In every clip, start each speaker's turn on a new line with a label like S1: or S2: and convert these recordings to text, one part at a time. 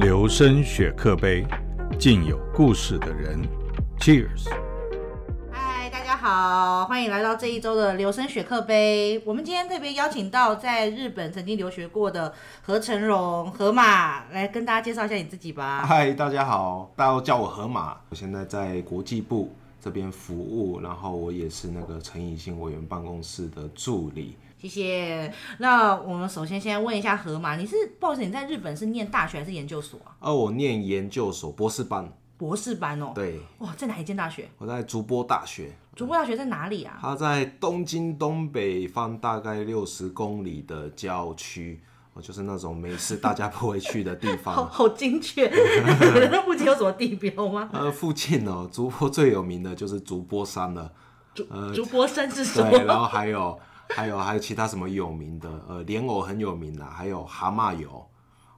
S1: 求生雪克杯，敬有故事的人。Cheers！
S2: 嗨，大家好，欢迎来到这一周的留声雪克杯。我们今天特别邀请到在日本曾经留学过的何成荣、河马来跟大家介绍一下你自己吧。
S3: 嗨，大家 好，大家都叫我河马。我现在在国际部这边服务，然后我也是那个陈以信委员办公室的助理。
S2: 谢谢。那我们首先先问一下河马，你是不好意思，你在日本是念大学还是研究所啊？
S3: 而哦我念研究所博士班，
S2: 博士班哦。。
S3: 对
S2: 哇，在哪一间大学？
S3: 我在筑波大学，
S2: 竹波大学在哪里啊？
S3: 它在东京东北方大概六十公里的郊区，哦，就是那种没事大家不会去的地
S2: 好
S3: 方。
S2: 好精 确，有人都不知有什么地标吗？
S3: 呃，附近哦，竹波最有名的就是竹波山了。
S2: 竹波山是 什
S3: 呃对，然
S2: 么？
S3: 后还有还有还有其他什么有名的，呃，莲藕很有名啦，还有蛤蟆油，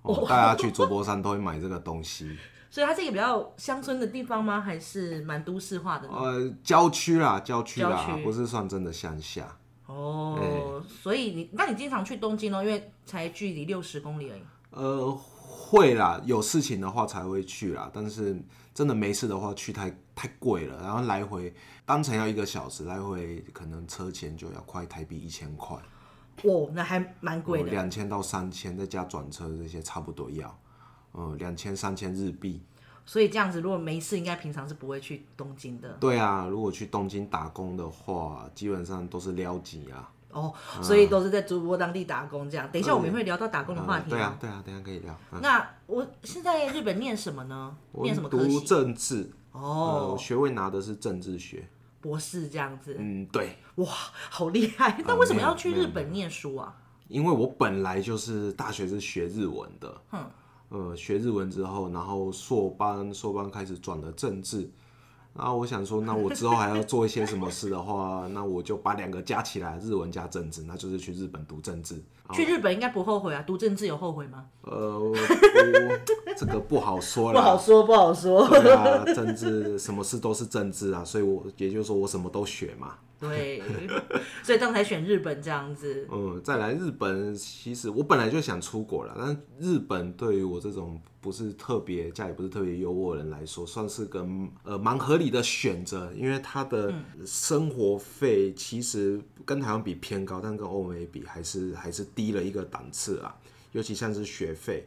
S3: 哦，大家去竹波山都会买这个东西。
S2: 所以它是一个比较乡村的地方吗？还是蛮都市化的呢？
S3: 呃，郊区啦，郊区啦，
S2: 郊区
S3: 不是算真的乡下。
S2: 哦，所以你，那你经常去东京哦，因为才距离六十公里而已。
S3: 呃，会啦，有事情的话才会去啦，但是真的没事的话去太太贵了，然后来回单程要一个小时，来回可能车钱就要快台币一千块，
S2: 哦，那还蛮贵的。
S3: 两千到三千，再加转车这些差不多要，嗯、两千三千日币。
S2: 所以这样子，如果没事，应该平常是不会去东京的。
S3: 对啊，如果去东京打工的话，基本上都是撩级啊。
S2: 哦，所以都是在竹波当地打工这样。等一下我们也会聊到打工的话
S3: 嗯
S2: 题。
S3: 对啊，。对啊，等一下可以聊。嗯
S2: 那我是在日本念什么呢？
S3: 我
S2: 念什么科
S3: 读
S2: 系？
S3: 政治，呃，我
S2: 哦，
S3: 学位拿的是政治学。
S2: 博士这样子，
S3: 嗯，对，
S2: 哇，好厉害！那为什么要去日本念书啊？
S3: 因为我本来就是大学是学日文的，嗯，呃，学日文之后，然后硕班硕班开始转了政治。然后我想说，那我之后还要做一些什么事的话，那我就把两个加起来，日文加政治，那就是去日本读政治。
S2: 去日本应该不后悔啊，读政治有后悔吗？
S3: 呃，我 我这个不好说啦，
S2: 说，不好说。
S3: 对啊，政治什么事都是政治啊，所以我也就是说我什么都学嘛。
S2: 对，所以当才选日本这样子。
S3: 嗯，再来日本，其实我本来就想出国了，但日本对于我这种不是特别家里不是特别优渥的人来说，算是个呃蛮合理的选择，因为他的
S2: 嗯
S3: 生活费其实跟台湾比偏高，但跟欧美比还是还是低了一个档次啊，尤其像是学费。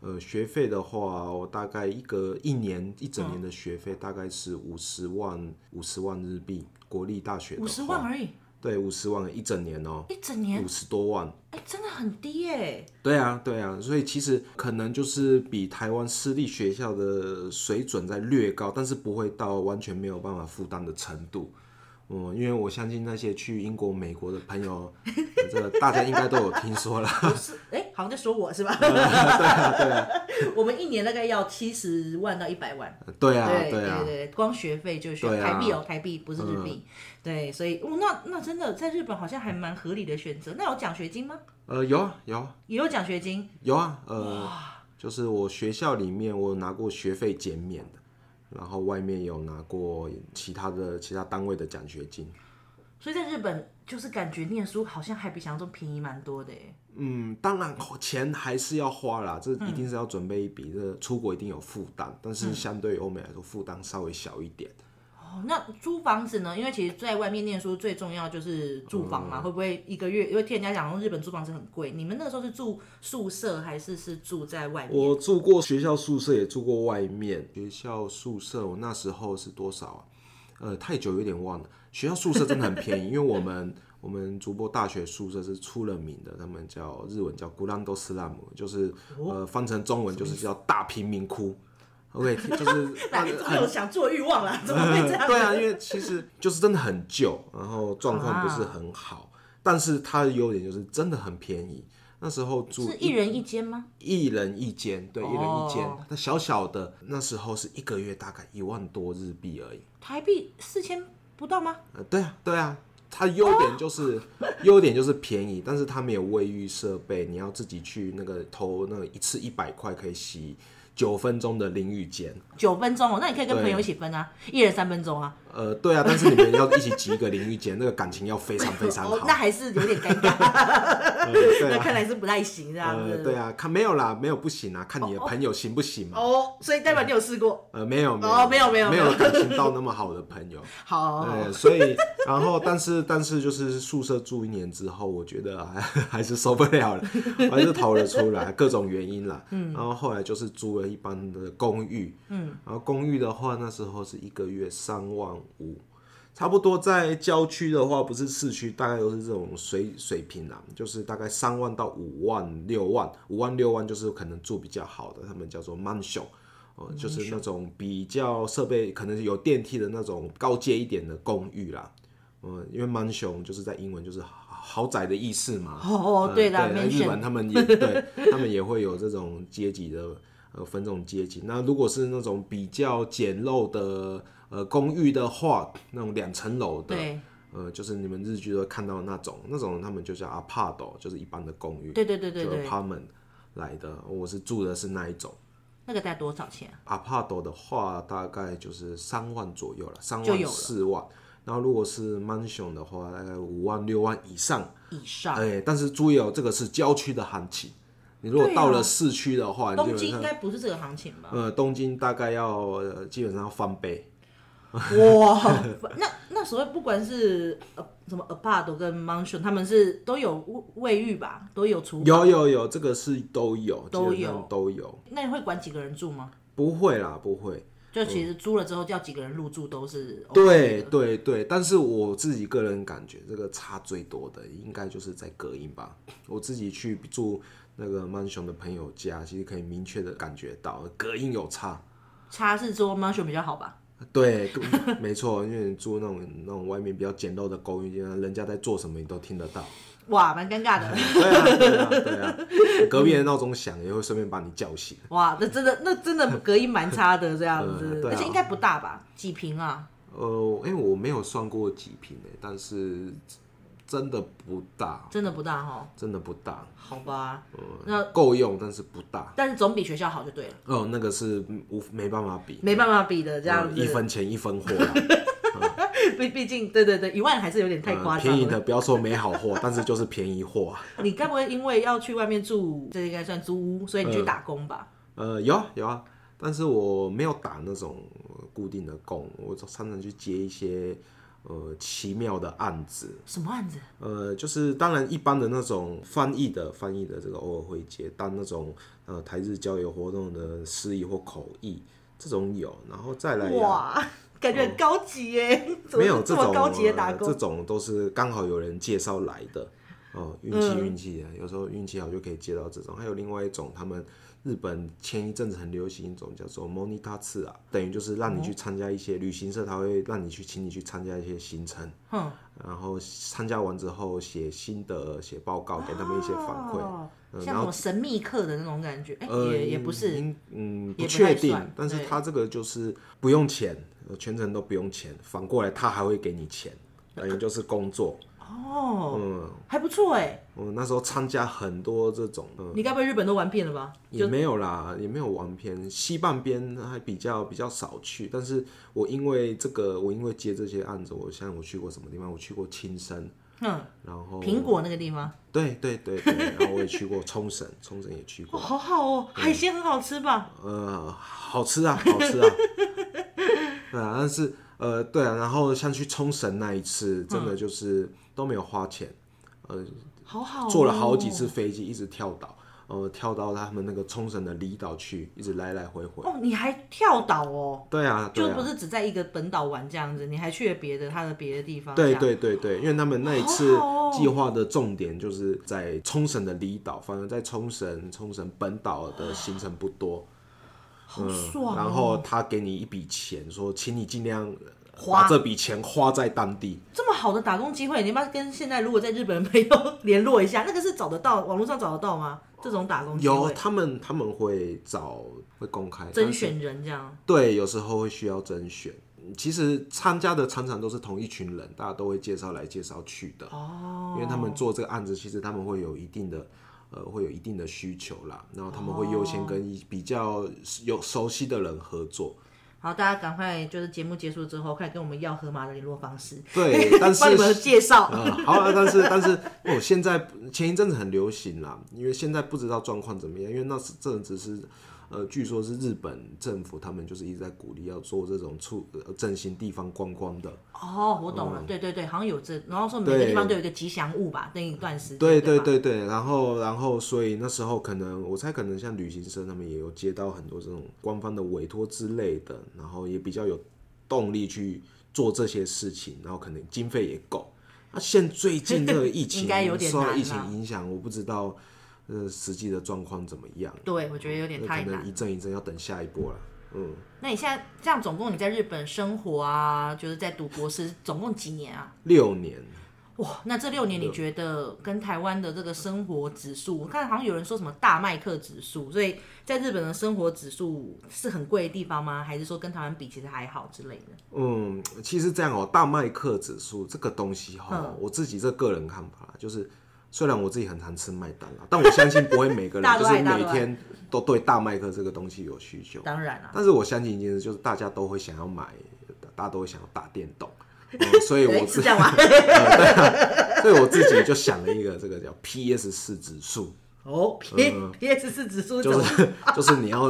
S3: 呃，学费的话，我大概一个一年一整
S2: 嗯
S3: 年的学费大概是五十万五十万日币，国立大学的
S2: 五十万
S3: 话
S2: 而已，
S3: 对五十万一整年哦、
S2: 一整年
S3: 五，十多万。
S2: 哎、真的很低 耶。
S3: 对啊，对啊，所以其实可能就是比台湾私立学校的水准在略高，但是不会到完全没有办法负担的程度。嗯，因为我相信那些去英国、美国的朋友， 呃这个大家应该都有听说啦。
S2: 是，哎、好像在说我是吧？
S3: 啊
S2: 我们一年大概要七十万到一百万。
S3: 对啊，
S2: 对
S3: 对啊，
S2: 对，光学费就需要
S3: 对啊嗯
S2: 台币哦，台币不是日币。对，所以哦，那那真的在日本好像还蛮合理的选择。那有奖学金吗？
S3: 呃，有啊，有啊，
S2: 也有奖学金
S3: 有啊，呃，就是我学校里面我有拿过学费减免的，然后外面有拿过其他的其他单位的奖学金。
S2: 所以在日本就是感觉念书好像还比想象中便宜蛮多的耶。
S3: 嗯，当然钱还是要花啦，这一定是要准备一笔，这出国一定有负担，但是相对于欧美来说，负担稍微小一点。
S2: 哦，那租房子呢？因为其实在外面念书最重要就是住房
S3: 嗯
S2: 嘛，会不会一个月？因为听人家讲说日本租房子很贵，你们那个时候是住宿舍还是是住在外面？
S3: 我住过学校宿舍，也住过外面。学校宿舍我那时候是多少啊？呃，太久有点忘了。学校宿舍真的很便宜，因为我们我们竹波大学宿舍是出了名的，他们叫日文叫 Gulando Slum，就是、呃翻成中文就是叫大贫民窟。OK，就是
S2: 哪来啊这么有想做欲望啦？怎么会这样？
S3: 对啊，因为其实就是真的很旧，然后状况不是很好，但是它的优点就是真的很便宜。那时候住
S2: 是一人一间吗？
S3: 一人一间，对，一人一间
S2: 哦，
S3: 那小小的，那时候是一个月大概一万多日币而已。
S2: 台币四千不到吗？
S3: 呃，对啊，对啊，它优点就是、 优点就是便宜，但是它没有卫浴设备，你要自己去那个投那个一次一百块可以洗九分钟的淋浴间。
S2: 九分钟哦，那你可以跟朋友一起分啊，一人三分钟啊。
S3: 呃，对啊，但是你们要一起挤一个淋浴间，那个感情要非常非常好。
S2: 哦，那还是有点尴 尬，
S3: 呃对
S2: 那
S3: 啊，
S2: 看来是不太行这样
S3: 呃，
S2: 子。
S3: 对啊，看没有啦，没有不行啊，看你的朋友行不行嘛。
S2: 嗯哦，所以代表你有试过。
S3: 呃，没有，
S2: 哦没有没
S3: 没
S2: 有没
S3: 没有
S2: 有
S3: 感情到那么好的朋友。
S2: 好，哦
S3: 对，所以然后但是但是就是宿舍住一年之后，我觉得还 还是受不了 了，我还是逃了出来，各种原因啦。 嗯，然后后来就是租了一般的公寓，嗯，然后公寓的话那时候是一个月三万五。差不多在郊区的话，不是市区，大概都是这种水水平啦，就是大概三万到五万、六万、五万六万，就是可能住比较好的，他们叫做 mansion，哦，
S2: 嗯
S3: 就是那种比较设备可能有电梯的那种高阶一点的公寓啦。嗯，因为 mansion 就是在英文就是豪宅的意思嘛。
S2: 哦
S3: 呃
S2: 对
S3: 对
S2: 啦
S3: 那
S2: mansion
S3: 日本他 们也对，他们也会有这种阶级的呃分这种阶级。那如果是那种比较简陋的呃公寓的话，那种两层楼的，
S2: 对
S3: 呃，就是你们日剧都会看到的那种，那种他们就叫 apart，就是一般的公寓，
S2: 对对对对
S3: 就
S2: 对，
S3: apartment 来的。我是住的是那一种。
S2: 那个大概多少钱？啊
S3: apart 的话，大概就是三万左右了，三
S2: 就有
S3: 万
S2: 了
S3: 四万。然后如果是 mansion 的话，大概五万六万以上。
S2: 以
S3: 哎、
S2: 上？
S3: 但是注意哦，这个是郊区的行情。你如果
S2: 对啊
S3: 到了市区的话，你
S2: 东
S3: 基
S2: 京应
S3: 本上
S2: 该不是这个行情吧？
S3: 呃，东京大概要、呃基本上要翻倍。
S2: 哇，那那所谓不管是呃什么 apart 跟 mansion，他们是都有卫浴吧，都有厨
S3: 有有有，这个是都有，基
S2: 都
S3: 本上
S2: 有
S3: 都有。
S2: 那你会管几个人住吗？
S3: 不会啦，不会。
S2: 就其实租了之后要几个人入住都是 OK
S3: 哦对
S2: 的
S3: 对对，但是我自己个人感觉，这个差最多的应该就是在隔音吧。 我自己去住那个曼雄的朋友家，其实可以明确的感觉到隔音有差。
S2: 差是说 mansion 比较好吧？
S3: 对， 没错，因为你住那种那种外面比较简陋的公寓，人家在做什么你都听得到。
S2: 哇，蛮尴尬的。
S3: 对啊，对啊，对啊，隔壁的闹钟响也会顺便把你叫醒。
S2: 哇，那真的那真的隔音蛮差的这样子
S3: 嗯，对啊
S2: 而且应该不大吧？几平啊？
S3: 呃，因为我没有算过几平诶，但是真的不大，
S2: 真的不大哈。
S3: 真的不大，
S2: 好吧，
S3: 哦
S2: 那
S3: 够用，但是不大。
S2: 但是总比学校好就对了，
S3: 哦，那个是无没办法比，
S2: 没办法比的这样
S3: 嗯
S2: 子。
S3: 一分钱一分货 啊呃啦，
S2: 毕毕竟对对对，一万还是有点太
S3: 呃
S2: 夸张了。
S3: 便宜的不要说没好货， 但是就是便宜货啊。
S2: 你该不会因为要去外面住，这应该算租屋，所以
S3: 嗯
S2: 你去打工吧？
S3: 呃，有啊有啊，但是我没有打那种呃固定的工，我常常去接一些呃奇妙的案子，
S2: 什么案子？
S3: 呃，就是当然一般的那种翻译的翻译的这个偶尔会接，但那种呃台日交流活动的司仪或口译这种有，然后再来呀、
S2: 哇，感觉很高级耶！怎么
S3: 哦没有
S2: 这
S3: 这
S2: 么
S3: 种
S2: 高级的打
S3: 呃
S2: 工
S3: 这？种都是刚好有人介绍来的，哦、运
S2: 嗯
S3: 气运气的，有时候运气好就可以接到这种。还有另外一种，他们日本前一阵子很流行一种叫做 monitor 次啊，等于就是让你去参加一些旅行社，他会让你去请你去参加一些行程，
S2: 哼，
S3: 然后参加完之后写新的写报告给他们一些反馈。
S2: 哦
S3: 嗯
S2: 像
S3: 然
S2: 什
S3: 后
S2: 么神秘客的那种感觉，哎、
S3: 呃，
S2: 也也不是，
S3: 应，嗯，
S2: 也
S3: 不
S2: 不
S3: 确
S2: 太
S3: 定
S2: 算，
S3: 但是
S2: 对
S3: 他这个就是不用钱，呃全程都不用钱，反过来他还会给你钱，等于就是工作。
S2: 哦，
S3: 嗯，
S2: 还不错哎。
S3: 我那时候参加很多这种，嗯，
S2: 你该不会日本都玩遍了吧？
S3: 也没有啦，也没有玩偏，西半边还比较比较少去。但是我因为这个，我因为接这些案子，我像我去过什么地方？我去过青森，
S2: 哼，
S3: 然后
S2: 苹，果那个地方，
S3: 对对对对，然后我也去过冲绳，冲绳也去
S2: 哦，
S3: 过，
S2: 好好哦，海鲜很好吃吧？
S3: 呃，好吃啊，好 吃啊，对啊，但是呃，对啊，然后像去冲绳那一次，真的就是都没有花钱，
S2: 好好、哦，
S3: 坐了好几次。飞机，一直跳岛，呃，跳到他们那个冲绳的离岛去，一直来来回回。
S2: 哦，你还跳岛哦，
S3: 对啊，对
S2: 就
S3: 啊
S2: 不，是只在一个本岛玩这样子，你还去了别的他的别的地方。
S3: 对
S2: 这样
S3: 对对对，因为他们那一次
S2: 好好哦
S3: 计划的重点就是在冲绳的离岛，反而在冲绳冲绳本岛的行程不多，
S2: 好爽、哦
S3: 嗯然后他给你一笔钱，说请你尽量呃
S2: 花
S3: 把这笔钱花在当地。
S2: 这么好的打工机会，你要不要跟现在如果在日本的朋友联络一下？那个是找得到，网络上找得到吗？这种打工机
S3: 有
S2: 会，
S3: 他们他们会找会公开
S2: 甄，
S3: 但是
S2: 选人这样。
S3: 对，有时候会需要甄选。其实参加的常常都是同一群人，大家都会介绍来介绍去的。
S2: 哦，
S3: 因为他们做这个案子，其实他们会有一定的，呃，会有一定的
S2: 哦
S3: 需求啦，然后他们会优先跟一比较有熟悉的人合作。
S2: 好，大家赶快就是节目结束之后，快跟我们要河马的联络方式，
S3: 对，但
S2: 帮你们
S3: 是
S2: 介绍。
S3: 呃，好了，但是但是，哦，现在前一阵子很流行啦，因为现在不知道状况怎么样，因为那是阵子是，呃，据说是日本政府他们就是一直在鼓励要做这种促呃振兴地方观光的，
S2: 哦，我
S3: 嗯
S2: 懂了，对对对，好像有这，然后说每个地方都有一个吉祥物吧，那一段时间。
S3: 对
S2: 对
S3: 对
S2: 吧，
S3: 对对，然后然后所以那时候可能我猜可能像旅行社他们也有接到很多这种官方的委托之类的，然后也比较有动力去做这些事情，然后可能经费也够。那、现最近 这个疫情
S2: 应该有点
S3: 受到疫情
S2: 难啦
S3: 影响，我不知道呃实际的状况怎么样，
S2: 对我觉得有点
S3: 那
S2: 太
S3: 可
S2: 难
S3: 能一。阵一阵要等下一波了。嗯，
S2: 那你现在这样，总共你在日本生活啊，就是在读博士，总共几年啊？
S3: 六年，
S2: 哇，那这六年你觉得跟台湾的这个生活指数，我看好像有人说什么大麦克指数，所以在日本的生活指数是很贵的地方吗？还是说跟台湾比其实还好之类的？
S3: 嗯，其实这样哦、大麦克指数这个东西哈、
S2: 嗯
S3: 我自己这个人看法啦，就是虽然我自己很常吃麦当劳，但我相信不会每个
S2: 大
S3: 人就
S2: 乱
S3: 是
S2: 大
S3: 每
S2: 乱
S3: 天都对大麦克这个东西有需求，
S2: 当然啊，
S3: 但是我相信一件事，就是大家都会想要买，大家都会想要打电 动，嗯、所以我
S2: 对，
S3: 自
S2: 是这样吗？
S3: 所以我自己就想了一个这个叫 PS 四指数，
S2: 哦，P P S 四指数怎
S3: 嗯就
S2: 么？
S3: 是就是你要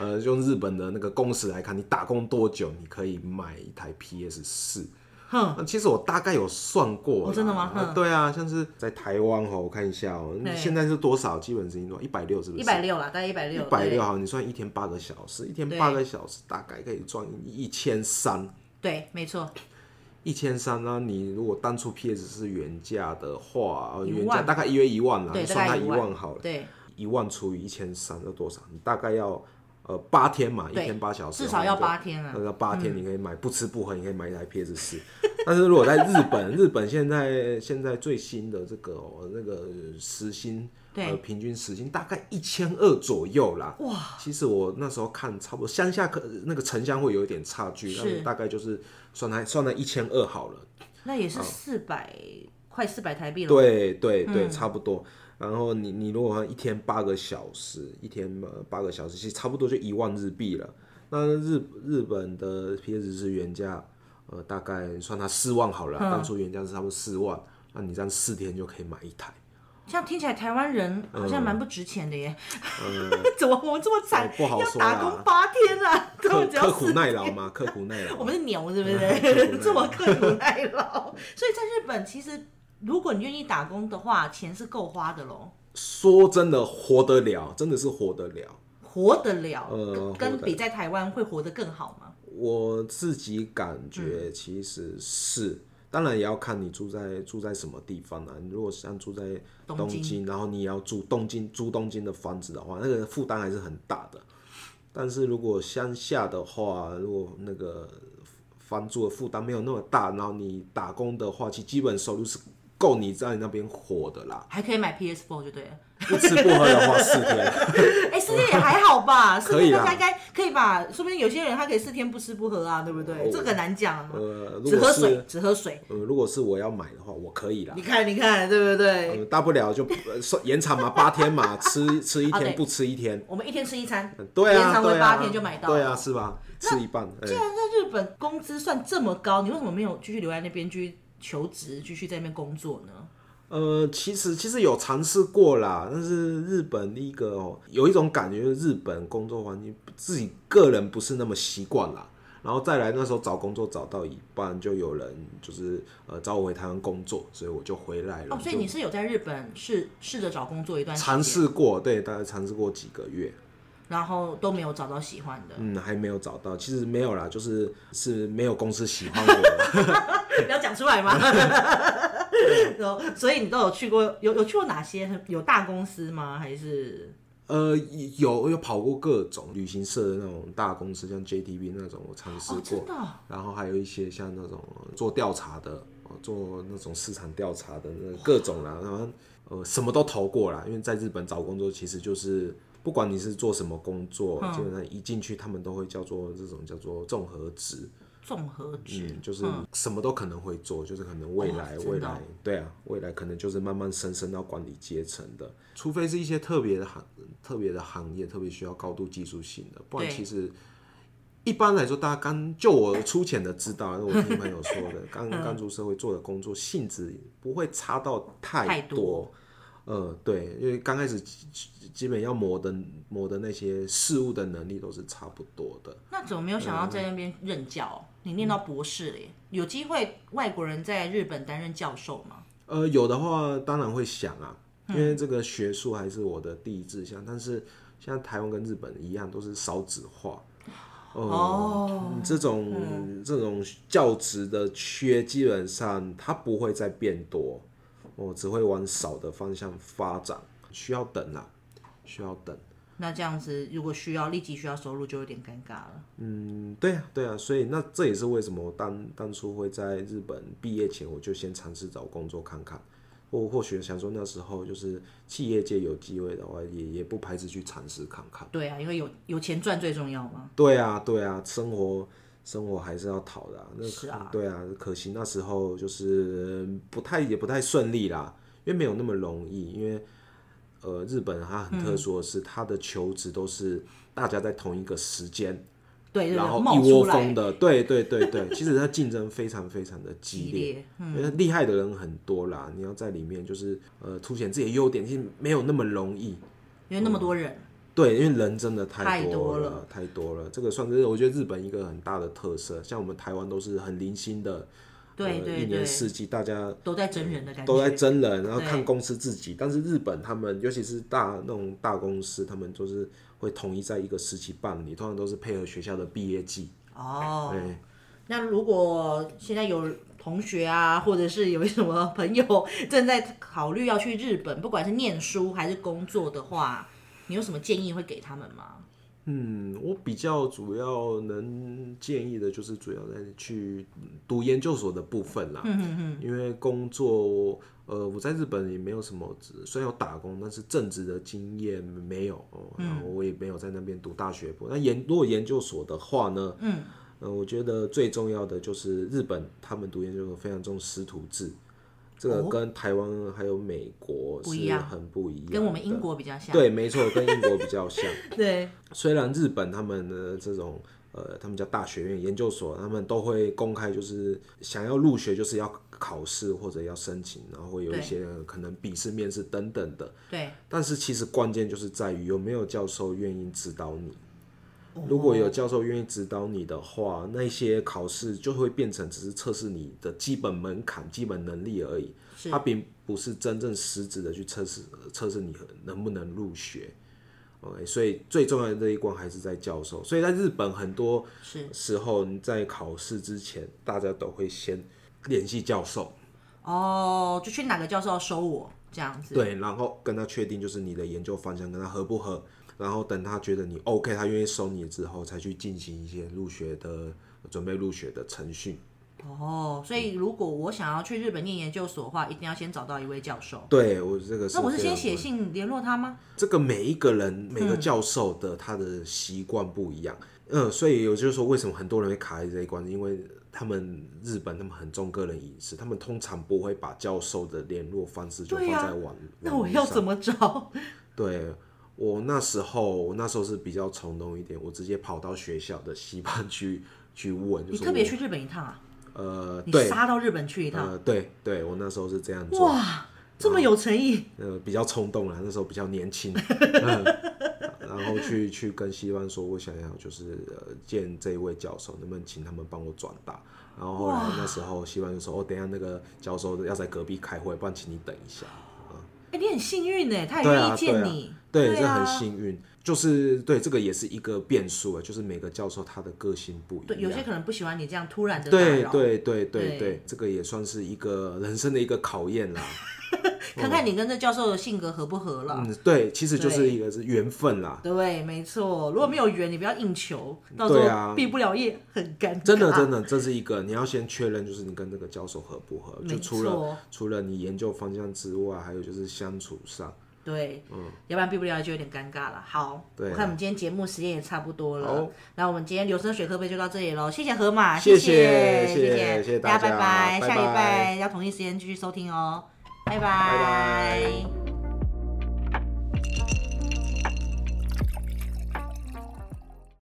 S3: 呃用日本的那个工时来看，你打工多久，你可以买一台 PS 四。
S2: 哼，
S3: 那其实我大概有算过啦、
S2: 哦真的吗
S3: 啊
S2: 嗯
S3: 对啊，像是在台湾哦，我看一下哦
S2: 对，
S3: 现在是多少？基本时薪多少？一百六是不是？
S2: 一百六啦，大概一百六，
S3: 一百六，好，你算一天八个小时，一天
S2: 对
S3: 八个小时大概可以赚一千三，
S2: 对，对，没错，
S3: 一千三呢？你如果当初 PS 是原价的话，呃
S2: 一万
S3: 原价大概约一万啦，
S2: 对，
S3: 你
S2: 大
S3: 算
S2: 概
S3: 它
S2: 一
S3: 一万好了，
S2: 对，
S3: 一万除以一千三要多少？你大概要呃八天嘛，一
S2: 对
S3: 天八小时，哦
S2: 至少要八天啊
S3: 那，个八天你可以买不吃不喝，你可以买一台 PS 四。 但是如果在日本， 日本现在现在最新的这个、哦、那个时薪，
S2: 对
S3: 呃，平均时薪大概一千二左右啦。哇！其实我那时候看差不多，乡下可那个城乡会有一点差距，
S2: 是
S3: 但是大概就是算来算来一千二好了。
S2: 那也是四百快四百台币了，
S3: 对嗯对对，差不多。然后你你如果一天八个小时，一天呃八个小时，其实差不多就一万日币了。那日日本的 PS 是原价，呃，大概算它四万好了啊，当初原价是差不多四万，那你这样四天就可以买一 台。
S2: 这样听起来台湾人好像蛮不值钱的耶， 怎么我们这么惨
S3: 嗯呃？不好
S2: 要
S3: 说
S2: 打
S3: 啦
S2: 工八天啊，他
S3: 刻
S2: 们只要
S3: 刻苦
S2: 四，
S3: 耐劳嘛，刻苦耐劳嘛。
S2: 我们是牛是不
S3: 刻苦耐
S2: 是？
S3: 劳
S2: 这么刻苦耐劳，所以在日本其实如果你愿意打工的话，钱是够花的喽，
S3: 说真的，活得了，真的是活得了。
S2: 活得了，
S3: 呃
S2: 跟
S3: 活
S2: 跟
S3: 得
S2: 比
S3: 了
S2: 在台湾会活得更好吗？
S3: 我自己感觉其实是，当然也要看你住在住在什么地方啊。你如果像住在
S2: 东
S3: 东
S2: 京
S3: 京，然后你也要住东京租东京的房子的话，那个负担还是很大的。但是如果乡下的话，如果那个房租的负担没有那么大，然后你打工的话，其实基本收入是够你在那边活的啦。
S2: 还可以买 PS4 就 对了。
S3: 不吃不喝的话，四天。
S2: 哎、四天也还好吧，四
S3: 可以
S2: 天
S3: 啊啦
S2: 大家应该可以吧？说不定有些人他可以四天不吃不喝啊，对不对？这个很难讲啊，
S3: 哦呃，如
S2: 只
S3: 果
S2: 喝水
S3: 是，
S2: 只喝水。
S3: 呃，如果是我要买的话，我可以啦
S2: 你。看，你看，对不对？
S3: 呃，大不了就呃说延长嘛，八天嘛，吃吃一
S2: 啊对
S3: 天不吃一天，
S2: 我们一天吃一餐，
S3: 对
S2: 延
S3: 啊，
S2: 长为
S3: 对啊
S2: 八天就买到了
S3: 对啊，是吧？吃一半，哎
S2: 既然在日本工资算这么高，你为什么没有继续留在那边去求职，继续在那边工作呢？
S3: 呃，其实其实有尝试过啦，但是日本第一个哦，有一种感觉，就是日本工作环境自己个人不是那么习惯啦。然后再来那时候找工作找到一半，就有人就是呃找我回台湾工作，所以我就回来了。
S2: 哦，所以
S3: 就
S2: 你是有在日本试试着找工作一段时间，
S3: 尝，试过，对，大概尝试过几个月，
S2: 然后都没有找到喜欢的。
S3: 嗯，还没有找到。其实没有啦，就是是没有公司喜欢我。
S2: 不 要讲出来 嘛。然后所以你都有去过，有有去过哪些很有大公司吗？还是
S3: 呃，有有跑过各种旅行社的那种大公司，像 JTB 那种，我尝试
S2: 哦，
S3: 过。
S2: 真的哦、
S3: 然后还有一些像那种呃做调查的，哦做那种市场调查的那各种啦，然后呃什么都投过啦，因为在日本找工作其实就是。不管你是做什么工作，
S2: 嗯
S3: 基本上一进去，他们都会叫做这种叫做综合职，
S2: 综合职、
S3: 嗯，就是
S2: 嗯
S3: 什么都可能会做，就是可能未来、
S2: 哦真的哦
S3: 未来，对啊，未来可能就是慢慢升升到管理阶层的，除非是一些特别的行特别的行业，特别需要高度技术性的，不然
S2: 对
S3: 其实一般来说，大家刚就我粗浅的知道，因为我听朋友说 的，
S2: 嗯
S3: 刚刚出社会做的工作性质不会差到
S2: 太
S3: 太
S2: 多
S3: 呃，对，因为刚开始基基基本要磨的磨的那些事物的能力都是差不多的。
S2: 那怎么没有
S3: 嗯
S2: 想到在那边任教？你念到博士嘞，有机会外国人在日本担任教授吗？
S3: 呃，有的话当然会想啊，因为这个学术还是我的第一志向，但是像台湾跟日本一样，都是少子化。呃
S2: 哦，
S3: 这种、这种教职的缺，基本上它不会再变多，我、只会往少的方向发展，需要等啊，需要等。
S2: 那这样子如果需要立即需要收入，就有点尴尬了。
S3: 嗯，对啊，对啊，所以那这也是为什么我当当初会在日本毕业前，我就先尝试找工作看看。或或许想说那时候就是企业界有机会的话，也也不排斥去尝试看看。
S2: 对啊，因为有有钱赚最重要嘛。
S3: 对啊，对啊，生活生活还是要讨的、啊。那
S2: 是啊
S3: 对啊，可惜那时候就是嗯不太也不太顺利啦，因为没有那么容易。因为呃，日本它
S2: 嗯
S3: 很特殊的是，它的求职都是大家在同一个时间，
S2: 对对
S3: 然
S2: 对，
S3: 后
S2: 冒
S3: 一
S2: 出
S3: 窝
S2: 来
S3: 蜂的，对对对对，其实它竞争非常非常的激
S2: 激
S3: 烈。
S2: 烈，嗯，
S3: 因为厉害的人很多啦，你要在里面就是呃凸显自己的优点，其实没有那么容易。
S2: 因为那么多人，
S3: 对，因为人真的
S2: 太
S3: 太
S2: 多
S3: 了，
S2: 了
S3: 太多了。这个算是我觉得日本一个很大的特色，像我们台湾都是很零星的，
S2: 对
S3: 呃
S2: 对
S3: 一
S2: 对
S3: 年，四季大家
S2: 都在真人的感觉，
S3: 都在真人，然后
S2: 对
S3: 看公司自己。但是日本他们，尤其是大那种大公司，他们就是会统一在一个时期办理，通常都是配合学校的毕业季。
S2: 哦。
S3: 对，
S2: 那如果现在有同学啊，或者是有什么朋友正在考虑要去日本，不管是念书还是工作的话，你有什么建议会给他们吗？
S3: 嗯，我比较主要能建议的就是主要在去读研究所的部分啦。
S2: 嗯
S3: 因为工作，呃，我在日本也没有什么职，虽然有打工，但是正职的经验没有。哦、然
S2: 嗯
S3: 后我也没有在那边读大学部。那研如果研究所的话呢，嗯，呃，我觉得最重要的就是日本他们读研究所非常重师徒制，这个
S2: 哦
S3: 跟台湾还有美国
S2: 不一
S3: 是
S2: 样
S3: 很不一样的，
S2: 跟我们英国比较像，
S3: 对，没错，跟英国比较像。
S2: 对，
S3: 虽然日本他们的这种呃，他们叫大学院、研究所，他们都会公开，就是想要入学就是要考试或者要申请，然后会有
S2: 对
S3: 一些呃可能笔试、面试等等的。
S2: 对，
S3: 但是其实关键就是在于有没有教授愿意指导你。如果有教授愿意指导你的话，那些考试就会变成只是测试你的基本门槛、基本能力而已，
S2: 是
S3: 它并不是真正实质的去测试呃测试你能不能入学。OK，所以最重要的这一关还是在教授。所以在日本很多
S2: 是
S3: 时候，你在考试之前，大家都会先联系教授，
S2: 哦，就去哪个教授要收我这样子，
S3: 对，然后跟他确定就是你的研究方向跟他合不合，然后等他觉得你 OK，他愿意收你之后，才去进行一些入学的准备入学的程序。
S2: 哦，所以如果我想要去日本念研究所的话，一定要先找到一位教授。
S3: 对我这个是
S2: 那我是
S3: 非
S2: 先
S3: 常
S2: 写信联络他吗？
S3: 这个每一个人每
S2: 嗯
S3: 个教授的他的习惯不一样，嗯、所以也就是说，为什么很多人会卡在这一关，因为他们日本他们很重个人隐私，他们通常不会把教授的联络方式就
S2: 对
S3: 放
S2: 呀
S3: 在网、
S2: 那
S3: 网
S2: 我
S3: 络
S2: 要
S3: 上
S2: 怎么找？
S3: 对我那时候，我那时候是比较冲动一点，我直接跑到学校的西班去去问，就
S2: 你
S3: 是
S2: 特别去日本一趟啊？
S3: 呃，
S2: 你
S3: 对，
S2: 杀到日本去一趟？
S3: 呃，对对，我那时候是这样做，
S2: 哇，这么有诚意！
S3: 呃，比较冲动啦，那时候比较 年轻，嗯然后去去跟西班说，我想要就是呃见这一位教授，能不能请他们帮我转达？然后后来那时候西班就说，哦，等一下那个教授要在隔壁开会，不然请你等一下。
S2: 哎、你很幸运呢，他也
S3: 对
S2: 愿
S3: 啊
S2: 意见你，
S3: 对，这
S2: 啊
S3: 很幸运，就是对这个也是一个变数啊，就是每个教授他的个性不
S2: 对，
S3: 一
S2: 有些
S3: 样。
S2: 可能不喜欢你这样突然的
S3: 对
S2: 打扰，
S3: 对
S2: 对
S3: 对对对，这个也算是一个人生的一个考验啦。
S2: 看看你跟这教授的性格合不合了。
S3: 嗯，对，其实就
S2: 对
S3: 是一个是缘分啦，
S2: 对，没错。如果没有缘，你不要硬求，到时
S3: 对
S2: 候
S3: 啊
S2: 毕不了业，很尴尬。
S3: 真的真
S2: 的，
S3: 的，这是一个你要先确认，就是你跟这个教授合不合，
S2: 没
S3: 就除
S2: 错
S3: 了除了你研究方向之外，还有就是相处上。
S2: 对，要不然毕不了业就有点尴尬了。好，
S3: 嗯对啊
S2: 我看我们今天节目时间也差不多了
S3: 好，
S2: 那我们今天留声水喝杯就到这里喽，谢谢河马，谢
S3: 谢谢谢谢
S2: 谢
S3: 谢
S2: 大
S3: 大
S2: 家，
S3: 家
S2: 拜拜，
S3: 拜
S2: 下礼
S3: 拜
S2: 拜要同一时间继续收听哦，拜
S3: 拜
S2: 拜